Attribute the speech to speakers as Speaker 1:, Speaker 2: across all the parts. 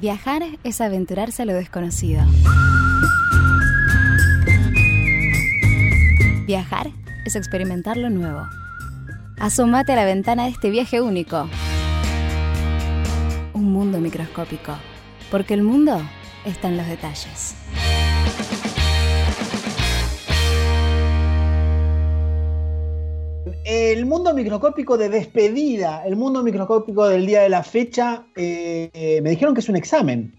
Speaker 1: Viajar es aventurarse a lo desconocido. Viajar es experimentar lo nuevo. Asomate a la ventana de este viaje único. Un mundo microscópico, porque el mundo está en los detalles.
Speaker 2: El mundo microscópico de despedida, el mundo microscópico del día de la fecha, eh, eh, me dijeron que es un examen.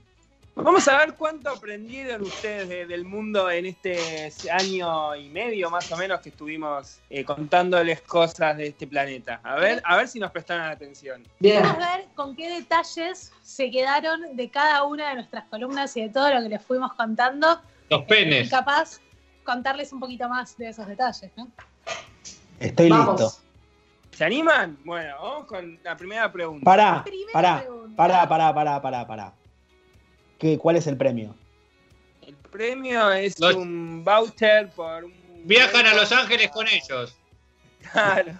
Speaker 3: Vamos a ver cuánto aprendieron ustedes de- del mundo en este año y medio más o menos que estuvimos eh, contándoles cosas de este planeta. A ver, a ver si nos prestaron atención.
Speaker 4: Bien.
Speaker 5: Vamos a ver con qué detalles se quedaron de cada una de nuestras columnas y de todo lo que les fuimos contando.
Speaker 6: Los penes.
Speaker 5: Capaz contarles un poquito más de esos detalles, ¿no?
Speaker 2: Estoy
Speaker 4: Vamos.
Speaker 2: listo.
Speaker 3: ¿Se animan? Bueno, vamos con la primera pregunta.
Speaker 2: Pará,
Speaker 5: Primera
Speaker 2: pará,
Speaker 5: pregunta.
Speaker 2: pará, pará, pará, pará, pará. ¿Qué, ¿Cuál es el premio?
Speaker 3: El premio es
Speaker 6: Los-
Speaker 3: un voucher por un...
Speaker 6: Viajan a Los Ángeles con ellos.
Speaker 3: Claro.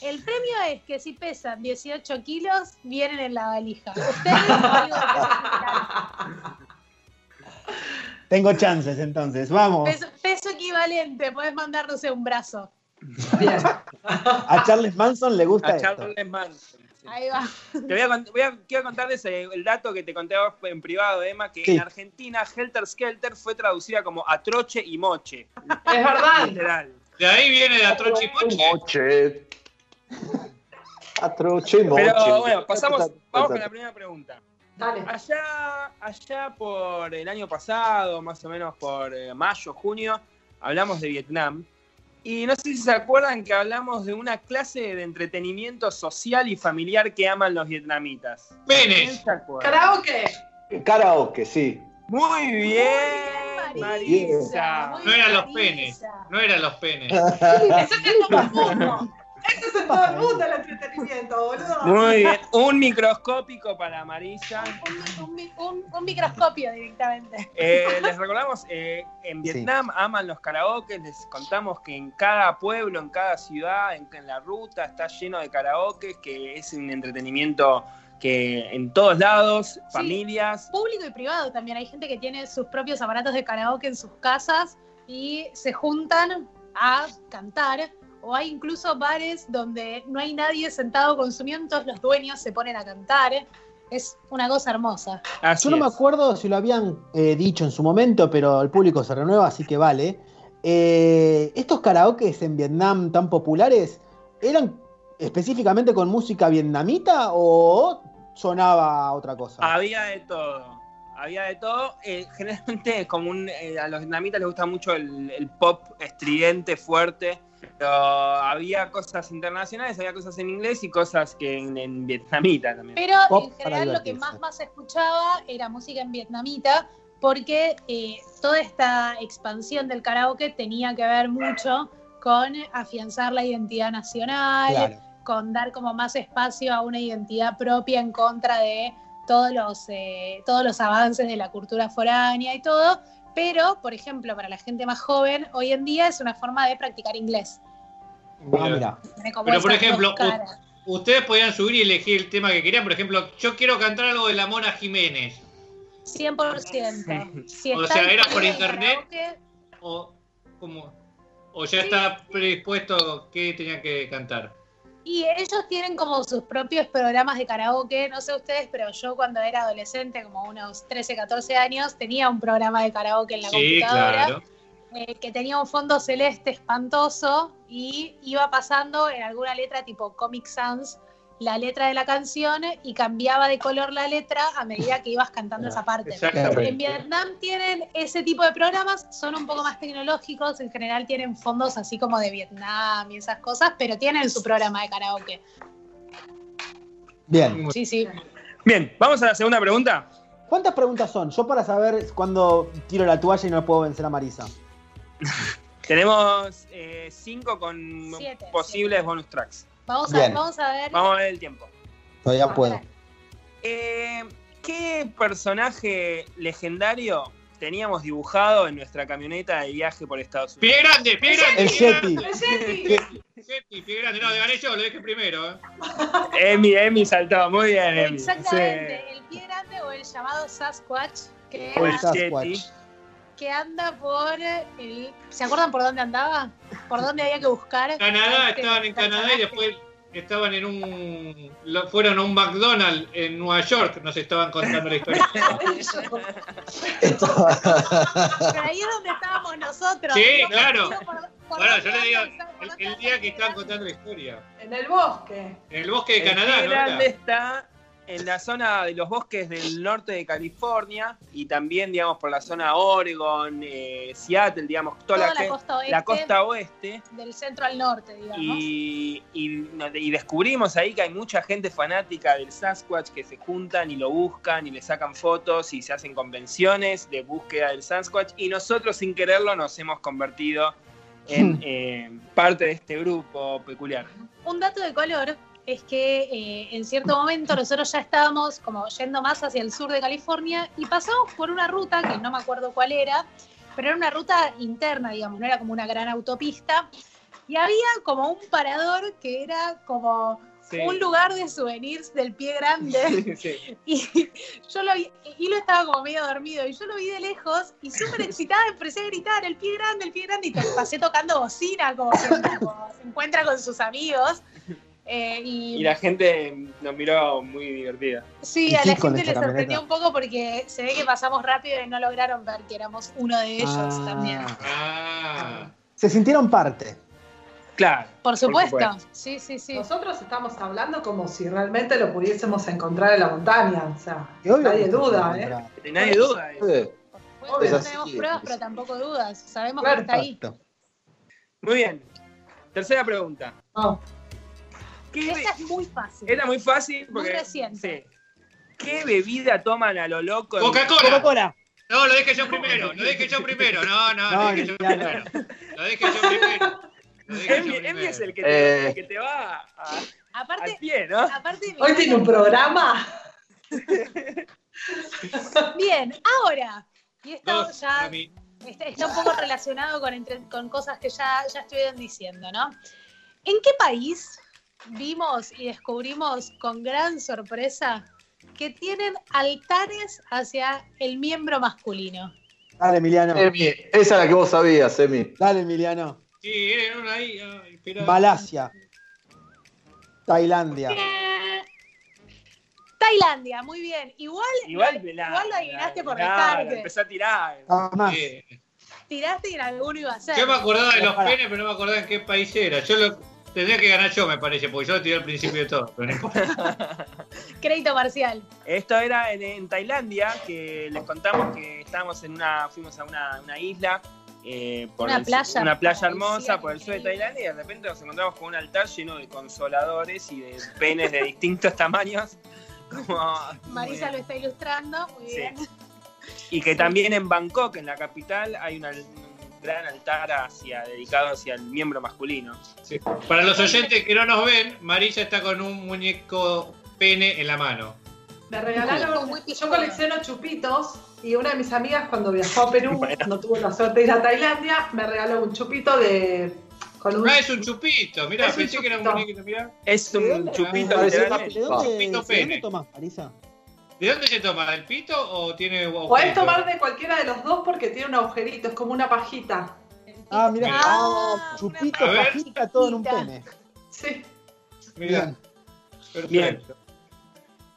Speaker 5: El premio es que si pesan 18 kilos, vienen en la valija. Ustedes no digo que pesan general.
Speaker 2: Tengo chances entonces, vamos.
Speaker 5: peso, peso equivalente, puedes mandar, no sé, un brazo.
Speaker 4: Bien.
Speaker 2: A Charles Manson le gusta
Speaker 3: A
Speaker 2: esto.
Speaker 3: Charles Manson. sí.
Speaker 5: Ahí va.
Speaker 3: Te voy a, cont- voy a- quiero contarles eh, el dato que te conté a vos en privado, Emma, que
Speaker 2: Sí.
Speaker 3: en Argentina Helter Skelter fue traducida como atroche y moche.
Speaker 4: Es verdad.
Speaker 3: Literal.
Speaker 6: De ahí viene la trocha y moche.
Speaker 7: Moche. Atroche, moche.
Speaker 3: Pero bueno, pasamos, vamos con la primera pregunta.
Speaker 4: Dale.
Speaker 3: Allá, allá por el año pasado, más o menos por eh, mayo, junio, hablamos de Vietnam. Y no sé si se acuerdan que hablamos de una clase de entretenimiento social y familiar que aman los vietnamitas.
Speaker 6: Penes.
Speaker 3: ¿Se acuerdan?
Speaker 4: Karaoke.
Speaker 7: Karaoke, sí.
Speaker 3: Muy bien,
Speaker 5: Muy bien,
Speaker 3: Marisa.
Speaker 5: muy
Speaker 6: No eran los
Speaker 5: Marisa.
Speaker 6: penes. No eran los penes.
Speaker 2: Ah,
Speaker 4: Ese es en todo el mundo. Ese es en todo el mundo el entretenimiento, boludo.
Speaker 3: Muy bien. Un microscópico para Marisa.
Speaker 5: Un- un mi- un- un microscopio directamente.
Speaker 3: Eh, les recordamos, eh, en Vietnam aman los karaoke, les contamos que en cada pueblo, en cada ciudad, en, en la ruta está lleno de karaoke, que es un entretenimiento que en todos lados, familias,
Speaker 5: público y privado también. Hay gente que tiene sus propios aparatos de karaoke en sus casas y se juntan a cantar. O hay incluso bares donde no hay nadie sentado consumiendo, todos los dueños se ponen a cantar. Es una cosa hermosa.
Speaker 3: así
Speaker 2: Yo no me
Speaker 3: es.
Speaker 2: acuerdo si lo habían eh, dicho en su momento, pero el público se renueva, así que vale. Eh, estos karaokes en Vietnam tan populares, ¿eran específicamente con música vietnamita o sonaba otra cosa?
Speaker 3: Había de todo. Había de todo. Eh, generalmente, es como un, eh, a los vietnamitas les gusta mucho el, el pop estridente, fuerte. Pero había cosas internacionales, había cosas en inglés y cosas que en, en vietnamita también.
Speaker 5: Pero
Speaker 2: Pop
Speaker 5: en
Speaker 2: para
Speaker 5: general lo que
Speaker 2: divertirse.
Speaker 5: más más se escuchaba era música en vietnamita, porque eh, toda esta expansión del karaoke tenía que ver mucho con afianzar la identidad nacional,
Speaker 2: Claro. Ah,
Speaker 5: con dar como más espacio a una identidad propia en contra de todos los, eh, todos los avances de la cultura foránea y todo. Pero, por ejemplo, para la gente más joven, hoy en día es una forma de practicar inglés.
Speaker 2: Ah, mirá.
Speaker 5: Tiene como
Speaker 6: Pero, por
Speaker 5: esas dos
Speaker 6: ejemplo, u-
Speaker 5: caras.
Speaker 6: Ustedes podían subir y elegir el tema que querían. Por ejemplo, yo quiero cantar algo de la Mona Jiménez.
Speaker 5: 100%. Si
Speaker 6: O
Speaker 5: está
Speaker 6: sea,
Speaker 5: en
Speaker 6: era
Speaker 5: el
Speaker 6: por internet.
Speaker 5: karaoke,
Speaker 6: O, como, o ya está predispuesto que tenían que cantar.
Speaker 5: Y ellos tienen como sus propios programas de karaoke, no sé ustedes, pero yo cuando era adolescente, como unos 13, 14 años, tenía un programa de karaoke en la
Speaker 6: Sí,
Speaker 5: computadora
Speaker 6: claro.
Speaker 5: eh, que tenía un fondo celeste espantoso y iba pasando en alguna letra tipo Comic Sans la letra de la canción y cambiaba de color la letra a medida que ibas cantando esa parte.
Speaker 3: Exactamente.
Speaker 5: En Vietnam tienen ese tipo de programas, son un poco más tecnológicos, en general tienen fondos así como de Vietnam y esas cosas, pero tienen su programa de karaoke.
Speaker 2: Bien.
Speaker 5: Sí, sí.
Speaker 3: Bien, vamos a la segunda pregunta.
Speaker 2: ¿Cuántas preguntas son? Yo para saber cuándo tiro la toalla y no puedo vencer a Marisa.
Speaker 3: Tenemos eh, cinco con
Speaker 5: Siete,
Speaker 3: posibles
Speaker 5: siete.
Speaker 3: bonus tracks.
Speaker 5: Vamos a,
Speaker 2: Bien.
Speaker 5: vamos a ver.
Speaker 3: Vamos a ver el tiempo.
Speaker 2: Todavía
Speaker 5: Ah,
Speaker 2: puedo.
Speaker 3: Eh, ¿Qué personaje legendario teníamos dibujado en nuestra camioneta de viaje por Estados Unidos?
Speaker 6: Pie grande, pie grande.
Speaker 2: El
Speaker 6: pie grande,
Speaker 2: Yeti.
Speaker 4: El Yeti.
Speaker 2: ¿Qué?
Speaker 6: Yeti, pie grande. No, le gané yo, lo dejé primero. eh.
Speaker 3: Emi, Emi saltó, muy bien, Emi.
Speaker 5: Exactamente, el pie grande o el el llamado Sasquatch, que,
Speaker 2: O el
Speaker 3: Ah,
Speaker 2: Sasquatch.
Speaker 3: Yeti.
Speaker 5: que anda por el... ¿Se acuerdan por dónde andaba? ¿Por dónde había que buscar?
Speaker 6: Canadá,
Speaker 5: Este
Speaker 6: estaban en Canadá y
Speaker 5: personaje.
Speaker 6: después estaban en un. lo- fueron a un McDonald's en Nueva York, nos estaban contando la historia.
Speaker 5: Pero ahí es donde estábamos nosotros.
Speaker 6: Sí,
Speaker 5: Digo,
Speaker 6: claro.
Speaker 5: digo, por- por
Speaker 6: Ahora,
Speaker 5: dónde
Speaker 6: yo le digo,
Speaker 5: anda y sabe por
Speaker 6: el,
Speaker 5: dónde
Speaker 6: el
Speaker 5: anda
Speaker 6: día que
Speaker 5: y
Speaker 6: estaban
Speaker 5: anda.
Speaker 6: contando la historia.
Speaker 4: En el bosque.
Speaker 6: En el bosque de
Speaker 3: El
Speaker 6: Canadá,
Speaker 3: Tigre
Speaker 6: ¿no? Era-
Speaker 3: Grande está en la zona de los bosques del norte de California y también, digamos, por la zona Oregon, eh, Seattle, digamos, toda,
Speaker 5: Toda
Speaker 3: la,
Speaker 5: la
Speaker 3: que-
Speaker 5: costa oeste
Speaker 3: la costa oeste.
Speaker 5: del centro al norte, digamos.
Speaker 3: Y, y nos- y descubrimos ahí que hay mucha gente fanática del Sasquatch que se juntan y lo buscan y le sacan fotos y se hacen convenciones de búsqueda del Sasquatch y nosotros sin quererlo nos hemos convertido en eh, parte de este grupo peculiar.
Speaker 5: Un dato de color es que eh, en cierto momento nosotros ya estábamos como yendo más hacia el sur de California y pasamos por una ruta que no me acuerdo cuál era, pero era una ruta interna, digamos, no era como una gran autopista. Y había como un parador que era como
Speaker 3: Sí.
Speaker 5: un lugar de souvenirs del pie grande.
Speaker 3: Sí.
Speaker 5: Y yo lo vi, y lo estaba como medio dormido, y yo lo vi de lejos, y súper excitada empecé a gritar, el pie grande, el pie grande, y to- pasé tocando bocina, como siempre, como se encuentra con sus amigos. Eh, y
Speaker 3: Y la gente nos miró muy divertida.
Speaker 5: sí,
Speaker 2: ¿Y
Speaker 5: a
Speaker 2: qué
Speaker 5: la
Speaker 2: con
Speaker 5: gente
Speaker 2: esta
Speaker 5: le sorprendió
Speaker 2: camioneta?
Speaker 5: un poco porque se ve que pasamos rápido y no lograron ver que éramos uno de ellos
Speaker 2: Ah.
Speaker 5: también.
Speaker 6: Ah,
Speaker 2: Se sintieron parte.
Speaker 3: Claro.
Speaker 5: Por supuesto.
Speaker 3: supuesto.
Speaker 5: Sí, sí, sí.
Speaker 4: Nosotros estamos hablando como si realmente lo pudiésemos encontrar en la montaña. O sea,
Speaker 2: Y obvio
Speaker 4: nadie
Speaker 2: que se
Speaker 4: duda, ¿eh?
Speaker 2: encontraron.
Speaker 3: Que Nadie duda. de eso.
Speaker 5: Bueno,
Speaker 4: Es
Speaker 5: no
Speaker 7: así,
Speaker 5: tenemos
Speaker 7: es
Speaker 5: pruebas,
Speaker 7: así.
Speaker 5: pero tampoco dudas. Sabemos
Speaker 4: Claro,
Speaker 5: que está ahí.
Speaker 2: Exacto.
Speaker 3: Muy bien. Tercera pregunta.
Speaker 4: No.
Speaker 3: ¿Qué
Speaker 5: Esa es
Speaker 3: be-
Speaker 5: muy fácil.
Speaker 3: Era muy fácil
Speaker 5: Muy
Speaker 3: porque.
Speaker 5: reciente.
Speaker 3: sí. ¿Qué bebida toman a lo loco? en-
Speaker 6: Coca-Cola.
Speaker 2: Coca-Cola.
Speaker 6: No, lo dije yo primero, lo dije yo primero. No, no,
Speaker 2: No,
Speaker 6: lo dije yo
Speaker 2: ni
Speaker 6: primero.
Speaker 2: hablar.
Speaker 6: Lo dije yo primero. Lo dije yo
Speaker 3: Emi, Emi es el
Speaker 6: primero.
Speaker 3: que te,
Speaker 7: Eh.
Speaker 3: el que te va a- al
Speaker 5: Aparte,
Speaker 3: pie, ¿no?
Speaker 5: aparte
Speaker 4: Hoy tiene un programa.
Speaker 5: Bien, ahora. Y esto
Speaker 6: Dos,
Speaker 5: ya
Speaker 6: para mí.
Speaker 5: está, está un poco relacionado con, entre- con cosas que ya, ya estuvieron diciendo, ¿no? ¿En qué país vimos y descubrimos con gran sorpresa que tienen altares hacia el miembro masculino?
Speaker 2: Dale, Emiliano.
Speaker 4: Eh.
Speaker 7: Emi, esa es la que vos sabías, Emi.
Speaker 2: Dale, Emiliano.
Speaker 6: Sí, era una ahí. ay, espera.
Speaker 2: Malasia. Tailandia.
Speaker 5: Tailandia, muy bien. Igual,
Speaker 3: Igual,
Speaker 5: igual lo adivinaste por descarte.
Speaker 3: Empezó a tirar.
Speaker 2: Jamás.
Speaker 6: Sí.
Speaker 5: tiraste y en alguno iba a ser.
Speaker 6: Yo me acordaba de los
Speaker 2: Pará.
Speaker 6: penes, pero no me acordaba en qué país era. Yo lo tendría que ganar yo, me parece, porque yo lo tiré al principio de todo. pero no importa.
Speaker 5: Crédito parcial.
Speaker 3: Esto era en, en Tailandia, que les contamos que estábamos en una, fuimos a una, una isla, eh, por
Speaker 5: Una
Speaker 3: el-
Speaker 5: playa.
Speaker 3: una playa
Speaker 5: Paradisíaca,
Speaker 3: hermosa por el sur de
Speaker 5: increíble.
Speaker 3: Tailandia y de repente nos encontramos con un altar lleno de consoladores y de penes de distintos tamaños. Como,
Speaker 5: Marisa lo está ilustrando. Muy
Speaker 3: Sí.
Speaker 5: bien.
Speaker 3: Y que también en Bangkok, en la capital, hay una- un gran altar hacia, dedicado hacia el miembro masculino.
Speaker 6: Para los oyentes que no nos ven, Marisa está con un muñeco pene en la mano.
Speaker 4: Me regalaron, yo colecciono chupitos y una de mis amigas cuando viajó a Perú, no tuvo la suerte de ir a Tailandia, me regaló un chupito de... Con un,
Speaker 6: Ah, es un chupito, mirá,
Speaker 4: Es un
Speaker 6: pensé que era un
Speaker 4: chupito.
Speaker 6: muñeco, mirá.
Speaker 3: Es
Speaker 2: ¿De
Speaker 3: un
Speaker 2: dónde?
Speaker 3: chupito
Speaker 7: Ah,
Speaker 2: ¿De dónde- de
Speaker 3: literalmente.
Speaker 2: dónde-
Speaker 6: Pito
Speaker 2: de dónde
Speaker 6: pene.
Speaker 2: tomás, Marisa?
Speaker 6: ¿De dónde se toma? ¿Del pito o tiene agujero?
Speaker 4: podés tomar de cualquiera de los dos porque tiene un agujerito, es como una pajita.
Speaker 2: Ah, mira.
Speaker 5: Ah,
Speaker 2: chupito,
Speaker 6: una
Speaker 2: pajita, todo en un
Speaker 5: pajita.
Speaker 2: pene.
Speaker 4: Sí.
Speaker 6: Mirá,
Speaker 2: Bien.
Speaker 6: perfecto.
Speaker 3: Bien.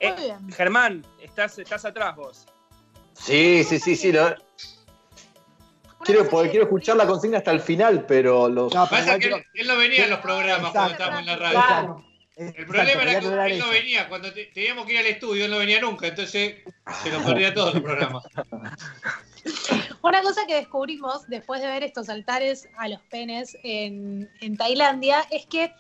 Speaker 3: Eh,
Speaker 5: Muy bien.
Speaker 3: Germán, estás, estás atrás vos.
Speaker 7: Sí, sí, sí, sí. lo-
Speaker 5: Una
Speaker 7: Quiero,
Speaker 5: cosa
Speaker 7: poder-
Speaker 5: que
Speaker 7: quiero escuchar la consigna hasta el final, pero los.
Speaker 2: No, pero
Speaker 6: Pasa
Speaker 2: igual
Speaker 6: que él,
Speaker 2: quiero-
Speaker 6: él no venía a los programas cuando
Speaker 2: Exacto.
Speaker 6: estábamos en la radio.
Speaker 4: Claro.
Speaker 6: El
Speaker 2: Exacto,
Speaker 6: problema
Speaker 2: quería
Speaker 6: era
Speaker 2: aclarar
Speaker 6: que él no
Speaker 2: eso.
Speaker 6: venía, cuando te- teníamos que ir al estudio, él no venía nunca, entonces se lo perdía todo el programa.
Speaker 5: Una cosa que descubrimos después de ver estos altares a los penes en, en Tailandia es que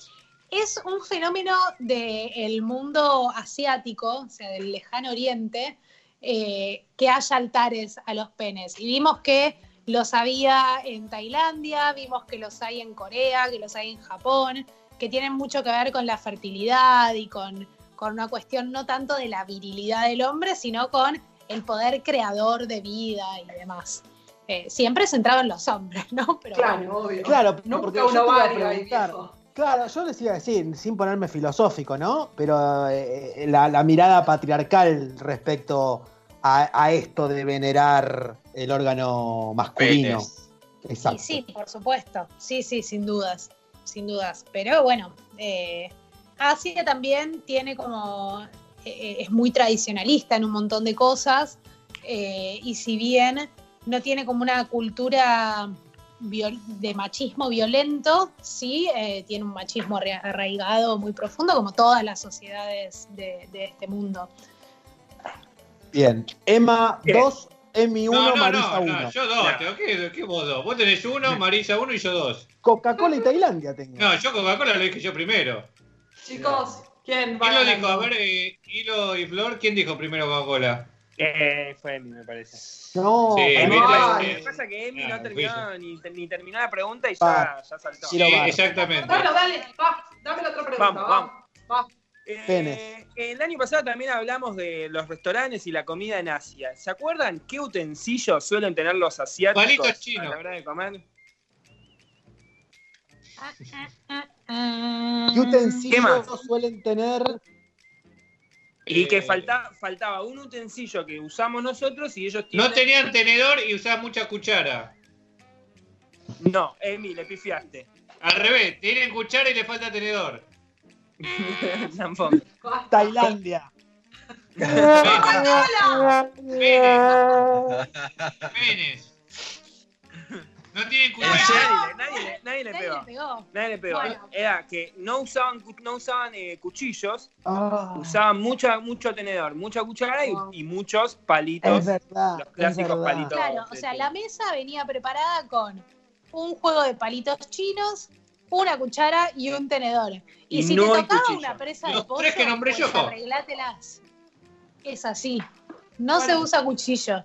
Speaker 5: es un fenómeno del mundo asiático, o sea, del lejano oriente, eh, que haya altares a los penes. Y vimos que los había en Tailandia, vimos que los hay en Corea, que los hay en Japón, que tienen mucho que ver con la fertilidad y con, con una cuestión no tanto de la virilidad del hombre, sino con el poder creador de vida y demás. Eh, siempre centrado en los hombres, ¿no? Pero bueno,
Speaker 4: Claro, obvio.
Speaker 2: Claro, porque
Speaker 4: Nunca
Speaker 2: yo
Speaker 4: un
Speaker 2: te iba a
Speaker 4: ovario ahí,
Speaker 2: preguntar.
Speaker 4: viejo.
Speaker 2: Claro, yo les iba a decir, sin ponerme filosófico, ¿no? Pero eh, la, la mirada patriarcal respecto a, a esto de venerar el órgano masculino.
Speaker 8: Penes.
Speaker 5: Y
Speaker 2: Exacto.
Speaker 5: sí, por supuesto. Sí, sí, sin dudas. Sin dudas. Pero bueno, eh, Asia también tiene como. eh, es muy tradicionalista en un montón de cosas. eh, y si bien no tiene como una cultura viol- de machismo violento, sí eh, tiene un machismo arra- arraigado muy profundo, como todas las sociedades de, de este mundo.
Speaker 2: Bien. Emma
Speaker 3: Bien.
Speaker 2: 2, Emi 1,
Speaker 6: No, no,
Speaker 2: Marisa
Speaker 6: no,
Speaker 2: 1.
Speaker 6: no, yo dos. tengo- ¿Qué, qué vos dos? Vos tenés uno, Marisa uno y yo dos.
Speaker 2: Coca-Cola y Tailandia tengo.
Speaker 6: No, yo Coca-Cola lo dije yo primero.
Speaker 4: Chicos, ¿quién va
Speaker 6: ¿Quién lo dijo? A
Speaker 4: ganando?
Speaker 6: ver, eh, Hilo y Flor, ¿quién dijo primero Coca-Cola?
Speaker 3: Eh, fue Emi, me parece.
Speaker 2: No,
Speaker 6: Sí,
Speaker 2: para
Speaker 6: Eh,
Speaker 4: viste,
Speaker 2: nada.
Speaker 3: no,
Speaker 4: eh,
Speaker 3: lo que pasa es que Emi
Speaker 6: ah,
Speaker 3: no terminó ni, ni terminó la pregunta y
Speaker 2: Ah,
Speaker 3: ya, ya saltó.
Speaker 2: sí lo
Speaker 6: Sí,
Speaker 2: va.
Speaker 6: exactamente.
Speaker 4: Bueno, dale, va, dame la otra pregunta.
Speaker 3: Vamos,
Speaker 4: va. va.
Speaker 3: Eh,
Speaker 2: Penes.
Speaker 3: el año pasado también hablamos de los restaurantes y la comida en Asia. ¿Se acuerdan qué utensilios suelen tener los asiáticos
Speaker 6: Palitos
Speaker 3: a
Speaker 6: chinos. Eh.
Speaker 3: la hora de comer?
Speaker 2: ¿Qué
Speaker 3: ¿Qué más?
Speaker 2: utensilios suelen tener?
Speaker 3: Y
Speaker 6: Eh,
Speaker 3: que falta, faltaba un utensilio que usamos nosotros y ellos tienen.
Speaker 6: No tenían tenedor y usaban mucha cuchara.
Speaker 3: No, Emi, le pifiaste.
Speaker 6: Al revés, tienen cuchara y le falta tenedor.
Speaker 3: Tampoco.
Speaker 4: Basta.
Speaker 2: Tailandia.
Speaker 6: Penes. Penes. No
Speaker 3: Nadie,
Speaker 6: tienen cuchara.
Speaker 3: le- nadie le- nadie le
Speaker 5: Nadie le
Speaker 3: pegó.
Speaker 5: pegó.
Speaker 3: Nadie le pegó.
Speaker 5: Bueno.
Speaker 3: Era que no usaban, cu- no usaban eh, cuchillos,
Speaker 2: Ah,
Speaker 3: usaban mucha, mucho tenedor, mucha cuchara y,
Speaker 4: Wow.
Speaker 3: y muchos
Speaker 2: es
Speaker 3: palitos.
Speaker 2: verdad.
Speaker 3: Los
Speaker 2: es
Speaker 3: clásicos
Speaker 2: verdad.
Speaker 3: palitos.
Speaker 5: Claro, o sea, la mesa venía preparada con un juego de palitos chinos, una cuchara y un tenedor. Y,
Speaker 3: Y
Speaker 5: si
Speaker 3: no
Speaker 5: te
Speaker 3: hay
Speaker 5: tocaba
Speaker 3: cuchillo.
Speaker 5: una presa de
Speaker 6: Los
Speaker 5: pollo,
Speaker 6: tres que nombré
Speaker 5: pues
Speaker 6: yo.
Speaker 5: arreglatelas. Es así. No se
Speaker 4: Bueno.
Speaker 5: usa cuchillo.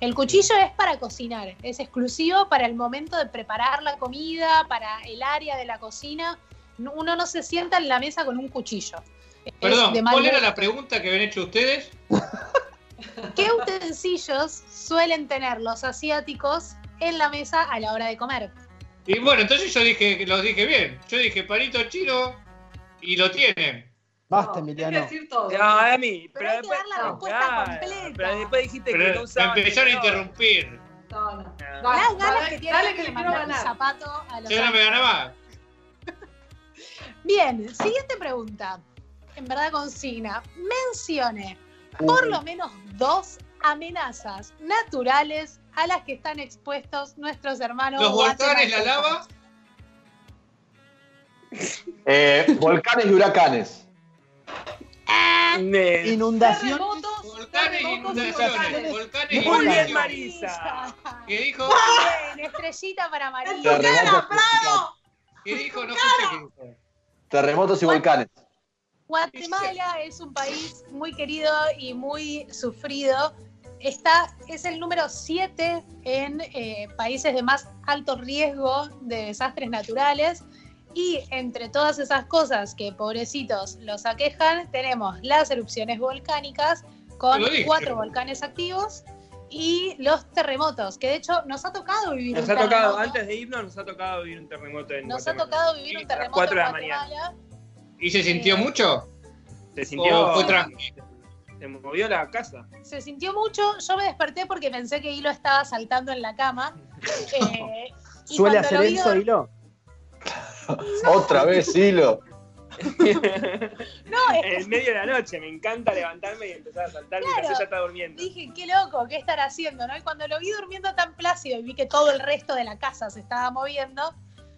Speaker 5: El cuchillo es para cocinar, es exclusivo para el momento de preparar la comida, para el área de la cocina. No- Uno no se sienta en la mesa con un cuchillo. Es
Speaker 6: Perdón,
Speaker 5: de mal
Speaker 6: ¿cuál era
Speaker 5: gusto.
Speaker 6: la pregunta que habían hecho ustedes?
Speaker 5: ¿Qué utensilios suelen tener los asiáticos en la mesa a la hora de comer?
Speaker 6: Y bueno, entonces yo dije, los dije bien. Yo dije palito chino y lo tienen.
Speaker 2: Basta,
Speaker 4: No, tenés
Speaker 2: Emiliano.
Speaker 4: que decir todo.
Speaker 3: No,
Speaker 6: eh.
Speaker 3: Emi,
Speaker 5: Pero hay que dar la
Speaker 4: no,
Speaker 5: respuesta completa.
Speaker 3: Pero después dijiste que no
Speaker 6: Pero me
Speaker 3: usaban.
Speaker 6: empezaron a
Speaker 3: tenedor.
Speaker 6: interrumpir.
Speaker 4: No, no.
Speaker 3: Ah.
Speaker 4: Dale,
Speaker 5: Las ganas
Speaker 4: dale,
Speaker 5: que tienen
Speaker 4: dale que
Speaker 5: de
Speaker 4: le quiero
Speaker 5: mandar un
Speaker 4: ganar.
Speaker 5: zapato a los
Speaker 6: Yo no me
Speaker 5: otros.
Speaker 6: ganaba.
Speaker 5: Bien, siguiente pregunta. En verdad consigna. Mencione por lo menos dos amenazas naturales a las que están expuestos nuestros hermanos.
Speaker 6: Los volcanes, la
Speaker 5: guatemaltecos.
Speaker 6: lava.
Speaker 7: Eh, volcanes y huracanes.
Speaker 3: Ne-
Speaker 2: Inundación.
Speaker 5: Terremotos,
Speaker 6: Volcanes y
Speaker 5: terremotos y volcanes.
Speaker 6: inundaciones. Volcanes y
Speaker 2: Muy
Speaker 3: Muy bien,
Speaker 6: inundaciones.
Speaker 3: Marisa.
Speaker 6: Que dijo,
Speaker 5: Bien, estrellita para María.
Speaker 7: Terremotos,
Speaker 6: que dijo, no escuché que dijo.
Speaker 7: terremotos y volcanes.
Speaker 5: Guatemala es un país muy querido y muy sufrido. Está, es el número 7 en eh, países de más alto riesgo de desastres naturales. Y entre todas esas cosas que pobrecitos los aquejan, tenemos las erupciones volcánicas con
Speaker 6: Lo dije.
Speaker 5: cuatro volcanes activos y los terremotos, que de hecho nos ha tocado vivir
Speaker 3: Nos
Speaker 5: un
Speaker 3: ha tocado,
Speaker 5: terremoto.
Speaker 3: antes de irnos, nos ha tocado vivir un terremoto en
Speaker 5: Nos ha
Speaker 3: Guatemala.
Speaker 5: tocado vivir
Speaker 3: Sí,
Speaker 5: un
Speaker 3: a las
Speaker 5: terremoto
Speaker 3: cuatro de la
Speaker 5: en Guatemala.
Speaker 6: ¿Y se sintió mucho?
Speaker 3: Se sintió.
Speaker 6: Oh, fue tranquilo.
Speaker 3: Se movió la casa.
Speaker 5: Se sintió mucho, yo me desperté porque pensé que Hilo estaba saltando en la cama. Eh, y
Speaker 2: ¿Suele
Speaker 5: cuando
Speaker 2: hacer
Speaker 5: lo vi
Speaker 2: eso,
Speaker 5: dor-
Speaker 2: Hilo?
Speaker 7: Otra vez, hilo.
Speaker 5: No, es-
Speaker 3: en medio de la noche, me encanta levantarme y empezar a saltar mientras
Speaker 5: Claro.
Speaker 3: ella está durmiendo.
Speaker 5: dije, qué loco, qué estará haciendo, ¿no? Y cuando lo vi durmiendo tan plácido y vi que todo el resto de la casa se estaba moviendo,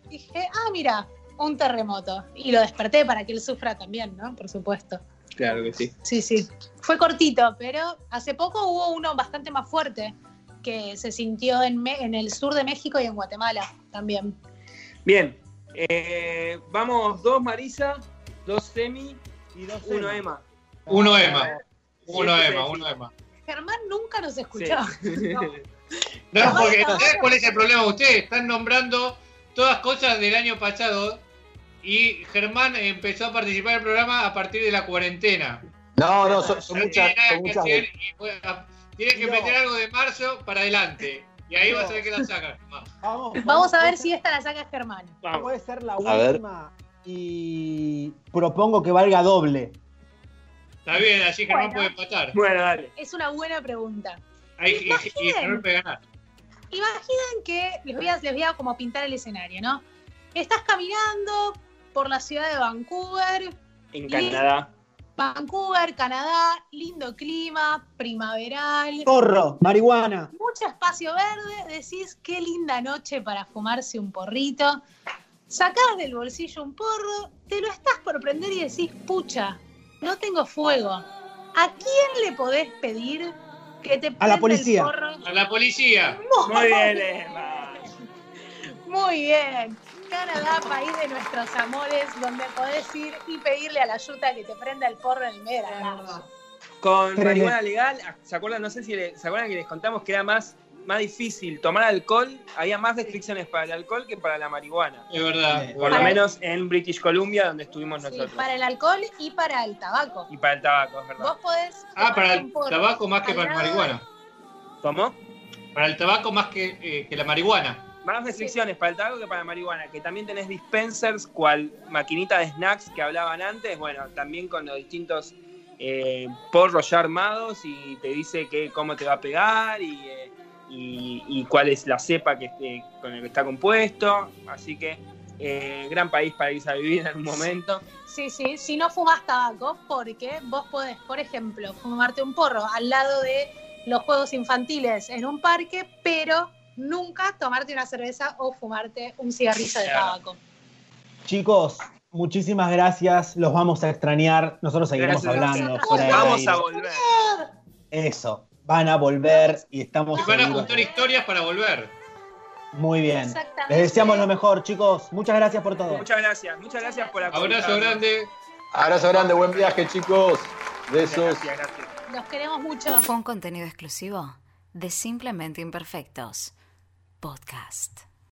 Speaker 5: dije, ah, mira, un terremoto. Y lo desperté para que él sufra también, ¿no? Por supuesto.
Speaker 3: Claro que sí.
Speaker 5: Sí, sí. Fue cortito, pero hace poco hubo uno bastante más fuerte que se sintió en, Me- en el sur de México y en Guatemala también.
Speaker 3: Bien. eh, vamos, dos Marisa, dos Semi y dos uno
Speaker 2: Emi.
Speaker 3: Emma.
Speaker 6: Ah,
Speaker 3: Eh,
Speaker 6: Uno Emma. Uno
Speaker 3: Sí,
Speaker 6: Emma,
Speaker 3: sí.
Speaker 6: uno Emma.
Speaker 5: Germán nunca nos escuchó.
Speaker 3: Sí.
Speaker 6: No, porque ¿sabes cuál es el problema? Ustedes están nombrando todas cosas del año pasado y Germán empezó a participar del programa a partir de la cuarentena.
Speaker 7: No, no, son, son
Speaker 6: No tiene
Speaker 7: muchas.
Speaker 6: nada
Speaker 7: Son
Speaker 6: que
Speaker 7: muchas
Speaker 6: hacer y fue a- tiene que
Speaker 2: No.
Speaker 6: meter algo de marzo para adelante. Y ahí vas a ver que la sacas.
Speaker 2: Vamos,
Speaker 5: Vamos a ver
Speaker 2: puede
Speaker 5: si
Speaker 2: ser-
Speaker 5: esta la saca Germán.
Speaker 3: Vamos.
Speaker 2: Puede ser la
Speaker 7: A ver.
Speaker 2: última y propongo que valga doble.
Speaker 6: Está bien, así Germán
Speaker 5: Bueno.
Speaker 6: puede empatar.
Speaker 3: Bueno, dale.
Speaker 5: Es una buena pregunta.
Speaker 6: Ahí, y, y Germán puede ganar.
Speaker 5: Imaginen que les voy, a, les voy a como pintar el escenario, ¿no? Estás caminando por la ciudad de Vancouver,
Speaker 3: En
Speaker 5: Y-
Speaker 3: Canadá.
Speaker 5: Vancouver, Canadá, lindo clima, primaveral,
Speaker 2: Oh. Porro, marihuana.
Speaker 5: mucho espacio verde, decís qué linda noche para fumarse un porrito. Sacás del bolsillo un porro, te lo estás por prender y decís, pucha, no tengo fuego. ¿A quién le podés pedir que te prenda el
Speaker 2: policía.
Speaker 5: porro?
Speaker 6: A la policía.
Speaker 3: Muy bien, Emma.
Speaker 5: Muy bien. Canadá, país de nuestros amores, donde podés ir y pedirle a la yuta que te prenda el porro en el medio de la calle.
Speaker 3: Con
Speaker 2: Tremendo.
Speaker 3: marihuana legal, ah, ¿se acuerdan? No sé si le- se acuerdan que les contamos que era más, más difícil tomar alcohol. Había más restricciones para el alcohol que para la marihuana.
Speaker 6: Es verdad.
Speaker 2: Sí.
Speaker 3: Por lo menos en British Columbia, donde estuvimos
Speaker 5: Sí,
Speaker 3: nosotros.
Speaker 5: para el alcohol y para el tabaco.
Speaker 3: Y para el tabaco, es verdad.
Speaker 5: Vos podés.
Speaker 6: Ah, para
Speaker 5: tomarte
Speaker 6: el
Speaker 5: un porro.
Speaker 6: tabaco más que para la
Speaker 5: Al lado-
Speaker 6: marihuana.
Speaker 3: ¿Cómo?
Speaker 6: Para el tabaco más que, eh, que la marihuana.
Speaker 3: Más restricciones para el tabaco que para la marihuana, que también tenés dispensers, cual maquinita de snacks que hablaban antes, bueno, también con los distintos eh, porros ya armados y te dice que cómo te va a pegar y, eh, y- y cuál es la cepa que, esté- con el que está compuesto, así que eh, gran país para irse a vivir en algún momento.
Speaker 5: Sí, sí. Si no fumás tabaco, porque vos podés, por ejemplo, fumarte un porro al lado de los juegos infantiles en un parque, pero nunca tomarte una cerveza o fumarte un cigarrillo de
Speaker 3: Claro.
Speaker 5: tabaco.
Speaker 2: Chicos, muchísimas gracias. Los vamos a extrañar. Nosotros seguiremos
Speaker 3: Gracias.
Speaker 2: hablando.
Speaker 5: Gracias.
Speaker 2: fuera del
Speaker 3: Vamos
Speaker 2: aire.
Speaker 3: a volver.
Speaker 2: Eso. Van a volver y estamos
Speaker 6: Y van a
Speaker 2: seguros.
Speaker 6: contar historias para volver.
Speaker 2: Muy bien.
Speaker 5: Exactamente.
Speaker 2: Les deseamos lo mejor, chicos. Muchas gracias por todo.
Speaker 3: Muchas gracias, muchas gracias por acompañarnos.
Speaker 6: Abrazo grande.
Speaker 7: Abrazo grande, buen viaje, chicos. Besos.
Speaker 3: Gracias, gracias.
Speaker 5: Los queremos mucho.
Speaker 1: Fue un contenido exclusivo de Simplemente Imperfectos Podcast.